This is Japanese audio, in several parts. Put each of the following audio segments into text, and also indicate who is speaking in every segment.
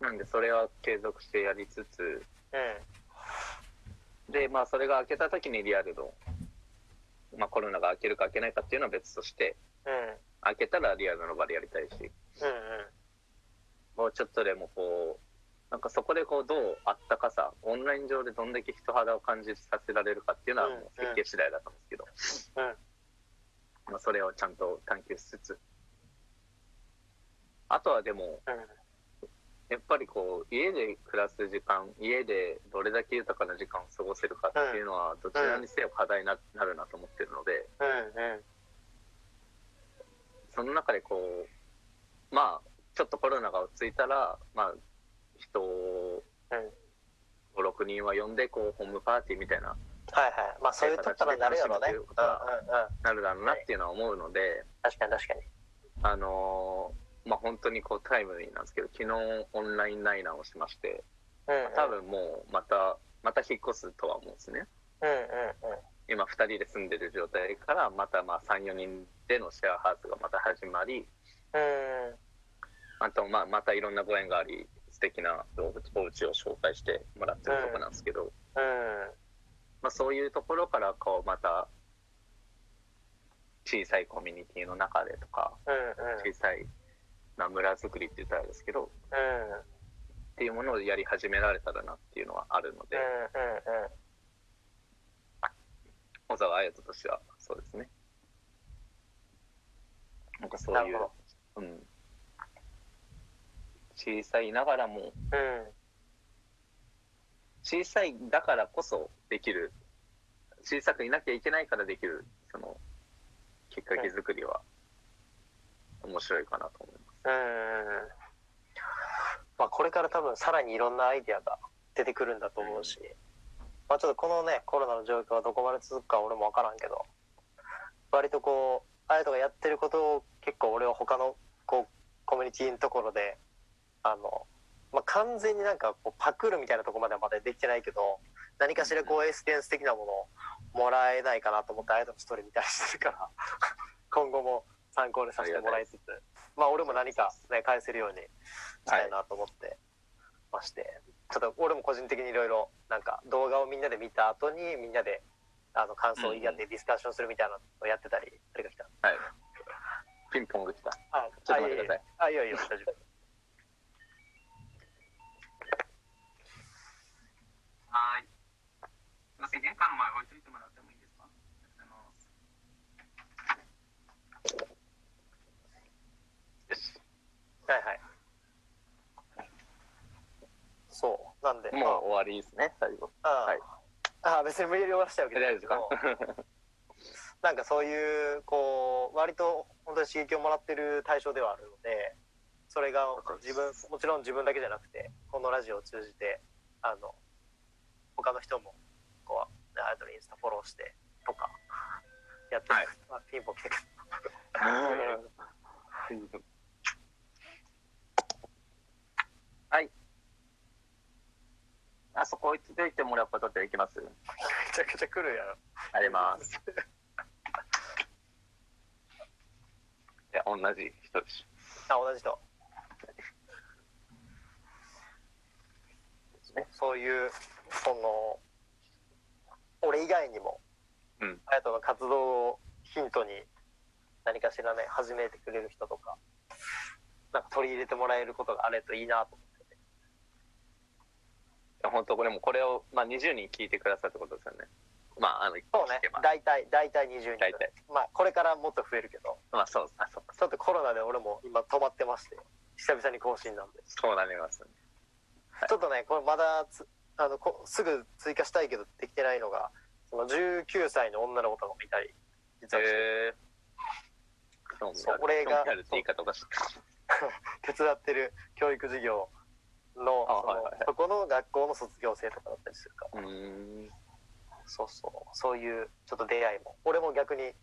Speaker 1: う
Speaker 2: なんで、それは継続してやりつつ、
Speaker 1: ん。
Speaker 2: で、まあ、それが明けた時にリアルの、まあ、コロナが明けるか明けないかっていうのは別として、
Speaker 1: うん。
Speaker 2: 明けたらリアルの場でやりたいし、
Speaker 1: うん。うん。
Speaker 2: もうちょっとでもこう、なんかそこでこう、どうあったかさ、オンライン上でどんだけ人肌を感じさせられるかっていうのは、
Speaker 1: うん
Speaker 2: もう設計次第だったんですけど、
Speaker 1: うん
Speaker 2: まあ、それをちゃんと探求しつつ、あとはでも、
Speaker 1: うん。
Speaker 2: やっぱりこう家で暮らす時間家でどれだけ豊かな時間を過ごせるかっていうのはどちらにせよ課題にななるなと思ってるので
Speaker 1: うん。うん。
Speaker 2: その中でこうまあちょっとコロナが落ち着いたらまあ人を
Speaker 1: うん
Speaker 2: 56人は呼んでこうホームパーティーみたいな
Speaker 1: はいはい。まあ、それ取ったらなるやろね。うん。うん。うん。
Speaker 2: なるだろうなっていうのは思うので
Speaker 1: 確かに確かに。
Speaker 2: あのーまあ本当にこうタイムリーなんですけど昨日オンラインナイナーをしまして
Speaker 1: うん。
Speaker 2: 多。分もうまたまた引っ越すとは思うんですね。
Speaker 1: うん。うん。うん。
Speaker 2: 今2人で住んでる状態からまたまあ34人でのシェアハウスがまた始まり
Speaker 1: うん。
Speaker 2: あとまあまたいろんなご縁があり素敵な動物お家を紹介してもらってるところなんですけ
Speaker 1: う
Speaker 2: ど、
Speaker 1: ん。
Speaker 2: まあ、そういうところからこうまた小さいコミュニティの中でとか
Speaker 1: うん。
Speaker 2: 小さいな村づくりって言ったらあれですけど
Speaker 1: うん。うん。
Speaker 2: っていうものをやり始められたらなっていうのはあるので
Speaker 1: うん。うん。
Speaker 2: 小沢綾人としてはそうですねなんかそう
Speaker 1: ないる
Speaker 2: う
Speaker 1: ほど。
Speaker 2: うん、小さいながらも
Speaker 1: うん。
Speaker 2: 小さいだからこそできる小さくいなきゃいけないからできるそのきっかけ作りは面白いかなと思います。
Speaker 1: うん。まあ、これから多分さらにいろんなアイディアが出てくるんだと思うし、まあちょっとこのね、コロナの状況はどこまで続くか俺もわからんけど、割とこう、あやとがやってることを結構俺は他のこうコミュニティのところで、あの、まあ、完全になんかこうパクるみたいなところまではまだできてないけど、何かしらこう SNS 的なものをもらえないかなと思ってあやとのストーリー見たりしてるから、今後も参考にさせてもらいつつ、まあ俺も何かね、返せるようにしたいなと思ってまして、ちょっと俺も個人的にいろいろなんか動画をみんなで見た後にみんなであの感想を言い合ってディスカッションするみたいなのをやってたり、誰か来た
Speaker 2: はい、ピンポンが来た。
Speaker 1: あ
Speaker 2: ちょっと待ってくださ
Speaker 1: あい
Speaker 2: い。
Speaker 1: いよいいよ大丈夫
Speaker 3: はい。すいません、玄関の前置いといてもらってもいいですかありがとうございます。
Speaker 1: はいはいそうなんで
Speaker 2: もう終わりですね、最後。
Speaker 1: あ、
Speaker 2: はい
Speaker 1: ああ別に無理やり終わらせちゃうわ
Speaker 2: と
Speaker 1: けじ
Speaker 2: り
Speaker 1: ゃ
Speaker 2: あ
Speaker 1: ないけど
Speaker 2: えずか。
Speaker 1: なんかそういうこう割と本当に刺激をもらってる対象ではあるのでそれが自分もちろん自分だけじゃなくてこのラジオを通じてあの他の人もこうアイドルインスタフォローしてとかやって、
Speaker 2: はい
Speaker 1: まあ、ピンポン来てく
Speaker 2: はい。あそこ置いといてもらうことってできます
Speaker 1: めちゃくちゃ来るやん
Speaker 2: あります。いや、同じ人です。
Speaker 1: あ同じ人
Speaker 2: ね
Speaker 1: そういうその俺以外にも
Speaker 2: うん
Speaker 1: 隼人、の活動をヒントに何かしらね始めてくれる人とかなんか取り入れてもらえることがあれといいなと
Speaker 2: 本当これもこれを、まあ、20人聞いてくださってことですよね。まあ、あの、
Speaker 1: そうね
Speaker 2: 聞けば
Speaker 1: 大体大体20人
Speaker 2: 大体。
Speaker 1: まあこれからもっと増えるけど
Speaker 2: まあ、そう、あ、そう、
Speaker 1: ちょっとコロナで俺も今止まってまして久々に更新なんで
Speaker 2: そうなります、ね。
Speaker 1: ちょっとね、これまだつあのこすぐ追加したいけどできてないのが、その19歳の女の子とかもいたり、実はして
Speaker 2: へえー。興味あ
Speaker 1: そう
Speaker 2: る
Speaker 1: 俺が
Speaker 2: 興味あるって言い方がし
Speaker 1: 手伝ってる教育事業のそ
Speaker 2: あ
Speaker 1: の
Speaker 2: はいはいはい
Speaker 1: そこの学校の卒業生とかだったりするから、
Speaker 2: うーん。
Speaker 1: そうそう、そういうちょっと出会いも、俺も逆に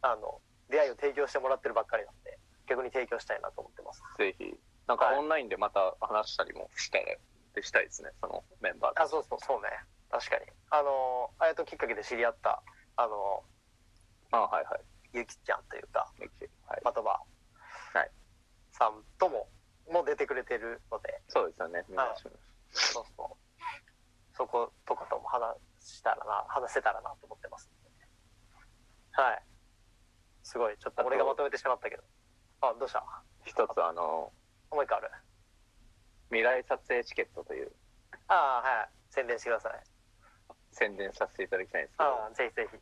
Speaker 1: あの出会いを提供してもらってるばっかりなんで、逆に提供したいなと思ってます。
Speaker 2: ぜひ、なんか
Speaker 1: はい
Speaker 2: オンラインでまた話したりもしたら、でしたいですね、そのメンバー
Speaker 1: あ、そうそう、そうね、確かに。あの、あやときっかけで知り合った、あの、
Speaker 2: あ、はいはい。
Speaker 1: ゆきちゃんというか、
Speaker 2: はい。
Speaker 1: 的場
Speaker 2: はい
Speaker 1: さんともも出てくれてるので、
Speaker 2: そうですよね。見ましょう
Speaker 1: そうそう。そことかとも話したらな、話せたらなと思ってます。はい。すごい、ちょっと俺がまとめてしまったけど。あ、どうした
Speaker 2: 一つ、あの、
Speaker 1: もう一回ある。
Speaker 2: 未来撮影チケットという
Speaker 1: ああ、はい。宣伝してください。
Speaker 2: 宣伝させていただきたいんですけど、
Speaker 1: ああ、ぜひぜひ。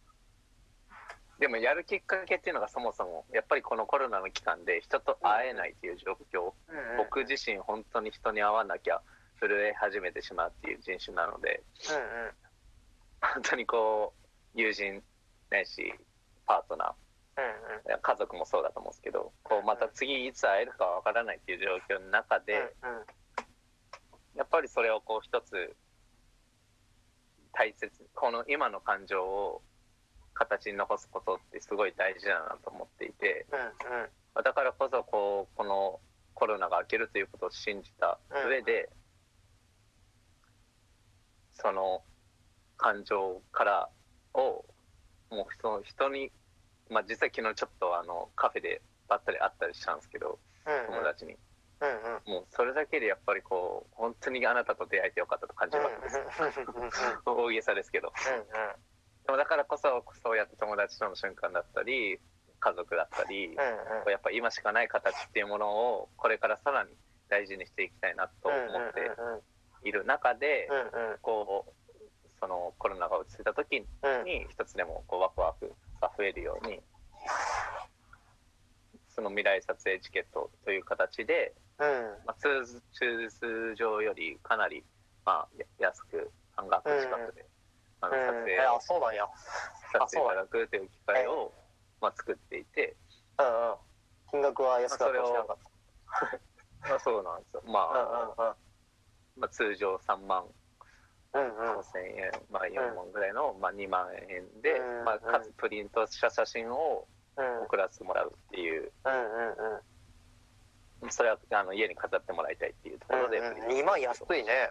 Speaker 2: でもやるきっかけっていうのがそもそも、やっぱりこのコロナの期間で人と会えないという状況、僕自身本当に人に会わなきゃ震え始めてしまうっていう人種なので、
Speaker 1: うんうん。
Speaker 2: 本当にこう、友人ないし、パートナー、
Speaker 1: うん
Speaker 2: いや家族もそうだと思うんですけどこうまた次いつ会えるかわからないっていう状況の中で、
Speaker 1: うん。うんうん。
Speaker 2: やっぱりそれをこう一つ大切この今の感情を形に残すことってすごい大事だなと思っていて
Speaker 1: うんうん。
Speaker 2: だからこそこうこのコロナが明けるということを信じた上で、その感情からをもうその人に、まあ、実は昨日ちょっとあのカフェでばったり会ったりしたんですけど
Speaker 1: うんうん
Speaker 2: 友達に、
Speaker 1: うんうん。
Speaker 2: もうそれだけでやっぱりこう本当にあなたと出会えてよかったと感じるわけです、大げさですけどでもだからこそそうやって友達との瞬間だったり家族だったり、 やっぱ今しかない形っていうものをこれからさらに大事にしていきたいなと思っている中で、こうそのコロナが落ち着いた時に一つでもこうワクワクが増えるようにその未来撮影チケットという形で、まあ、通通常よりかなり、まあ、や安く半額近くで、あの撮影を
Speaker 1: あ、そうなんや。
Speaker 2: させていただくという機会を、まあ、作っていて。
Speaker 1: うんうん。金額は安かったしなかっ
Speaker 2: まあ、そうなんですよ。まあ、
Speaker 1: た。
Speaker 2: まあ、通常3万
Speaker 1: うんうん。うんうん。
Speaker 2: 5千円、まあ、4万ぐらいの、まあ、2万円で、
Speaker 1: うん
Speaker 2: まあ、かつプリントした写真を
Speaker 1: うん
Speaker 2: 送らせてもらうっていう、
Speaker 1: うんうん。
Speaker 2: それはあの家に飾ってもらいたいっていうところで、プリ
Speaker 1: 2
Speaker 2: ント
Speaker 1: 万安いね。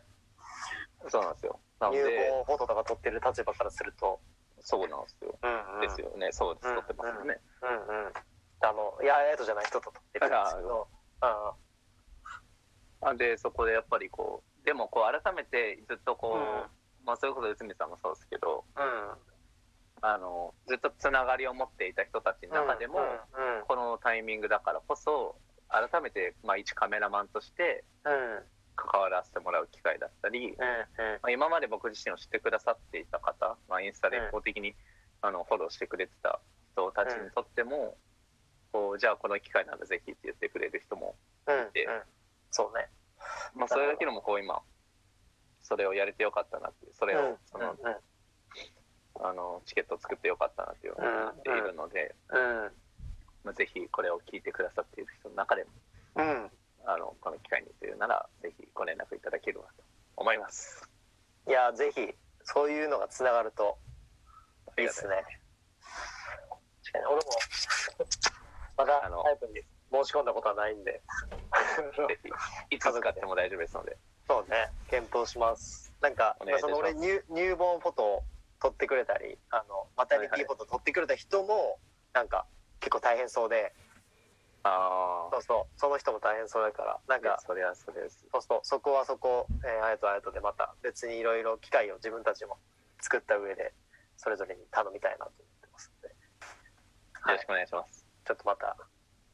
Speaker 2: そうなんですよ。なの
Speaker 1: 有
Speaker 2: で、
Speaker 1: 効フォトとか撮ってる立場からすると。
Speaker 2: そうなんですよ。
Speaker 1: うんうん。
Speaker 2: ですよね。そうです。
Speaker 1: うん
Speaker 2: 撮ってますよね。
Speaker 1: うんうん。あの、いや、えっとじゃない人と撮ってるんですけど。あ
Speaker 2: あで、そこでやっぱりこう、でもこう、改めてずっとこう、まあ、それこそ内海さんもそうですけど、
Speaker 1: うん。
Speaker 2: あの、ずっとつながりを持っていた人たちの中でも、
Speaker 1: うん
Speaker 2: このタイミングだからこそ改めて、まあ、一カメラマンとして
Speaker 1: うん
Speaker 2: 関わらせてもらう機会だったり、ま
Speaker 1: うん
Speaker 2: あ、今まで僕自身を知ってくださっていた方、まあ、インスタで一方的に、あのフォローしてくれてた人たちにとっても、こうじゃあこの機会ならぜひって言ってくれる人も、
Speaker 1: うん。うん。そうね。
Speaker 2: まあ、それだけでもこう今それをやれてよかったなっていうそれをその、あのチケットを作ってよかったなっていう思っているので、
Speaker 1: うん。
Speaker 2: まあ、ぜひこれを聞いてくださっている人の中でも
Speaker 1: うん。
Speaker 2: あのこの機会にというならぜひご連絡いただければと思います。
Speaker 1: いや、ぜひ、そういうのがつながるといいですね。確かに、俺も、 まだ
Speaker 2: あの
Speaker 1: タイプに申し込んだことはないん で。
Speaker 2: ぜひいつ使っても大丈夫ですので。
Speaker 1: そうね、検討します。なんか、
Speaker 2: お願いいた
Speaker 1: そ
Speaker 2: し
Speaker 1: の
Speaker 2: ます
Speaker 1: 俺入、入門フォトを撮ってくれたり、あの、マタニティフォト撮ってくれた人も、なんか、結構大変そうで、
Speaker 2: あ
Speaker 1: そうそう、その人も大変そうだから、なん
Speaker 2: あ
Speaker 1: か、、
Speaker 2: それはそれです。
Speaker 1: そうそう、そこはそこ、えー、あやとあやとでまた別にいろいろ機会を自分たちも作った上で、それぞれに頼みたいなと思ってますので、
Speaker 2: よろしくお願いします。
Speaker 1: ちょっとまた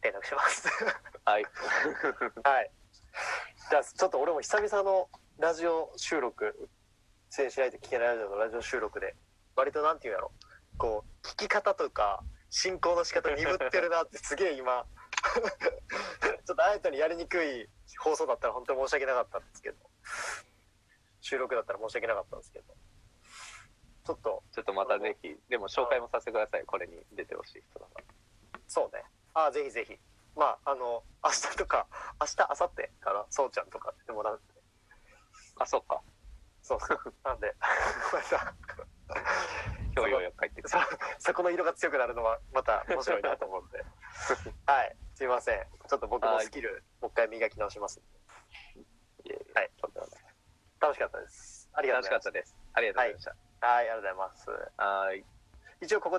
Speaker 1: 連絡します。
Speaker 2: はい。
Speaker 1: はい。じゃあ、ちょっと俺も久々のラジオ収録、出演しないと聞けないラジオのラジオ収録で、割となんていうんやろ、こう、聞き方とか、進行の仕方鈍ってるなってすげえ今、 ちょっとあやとにやりにくい放送だったら本当に申し訳なかったんですけど、収録だったら申し訳なかったんですけど、ちょっと、
Speaker 2: ちょっとまたぜひ、でも紹介もさせてください。これに出てほしい人だか
Speaker 1: そうね。ああ、ぜひぜひ。まあ、あの、明日とか、明日、明後日かな、そうちゃんとかでもらう
Speaker 2: ら。あ、そうか。
Speaker 1: そう そう。なんで、また、
Speaker 2: 今日ようやく帰ってくる。
Speaker 1: そこの色が強くなるのは、また面白いなと思うん で。はい。すいません。ちょっと僕もスキル、もう一回磨き直します。
Speaker 2: いえいえ
Speaker 1: はい
Speaker 2: とんでもない
Speaker 1: 楽しかったです。ありがとう
Speaker 2: 楽
Speaker 1: ご
Speaker 2: し
Speaker 1: ざい
Speaker 2: か
Speaker 1: ま
Speaker 2: っ
Speaker 1: す
Speaker 2: た。です。ありがとうございまし
Speaker 1: はい、ありがとうございます。
Speaker 2: た。はい。
Speaker 1: 一応、ここ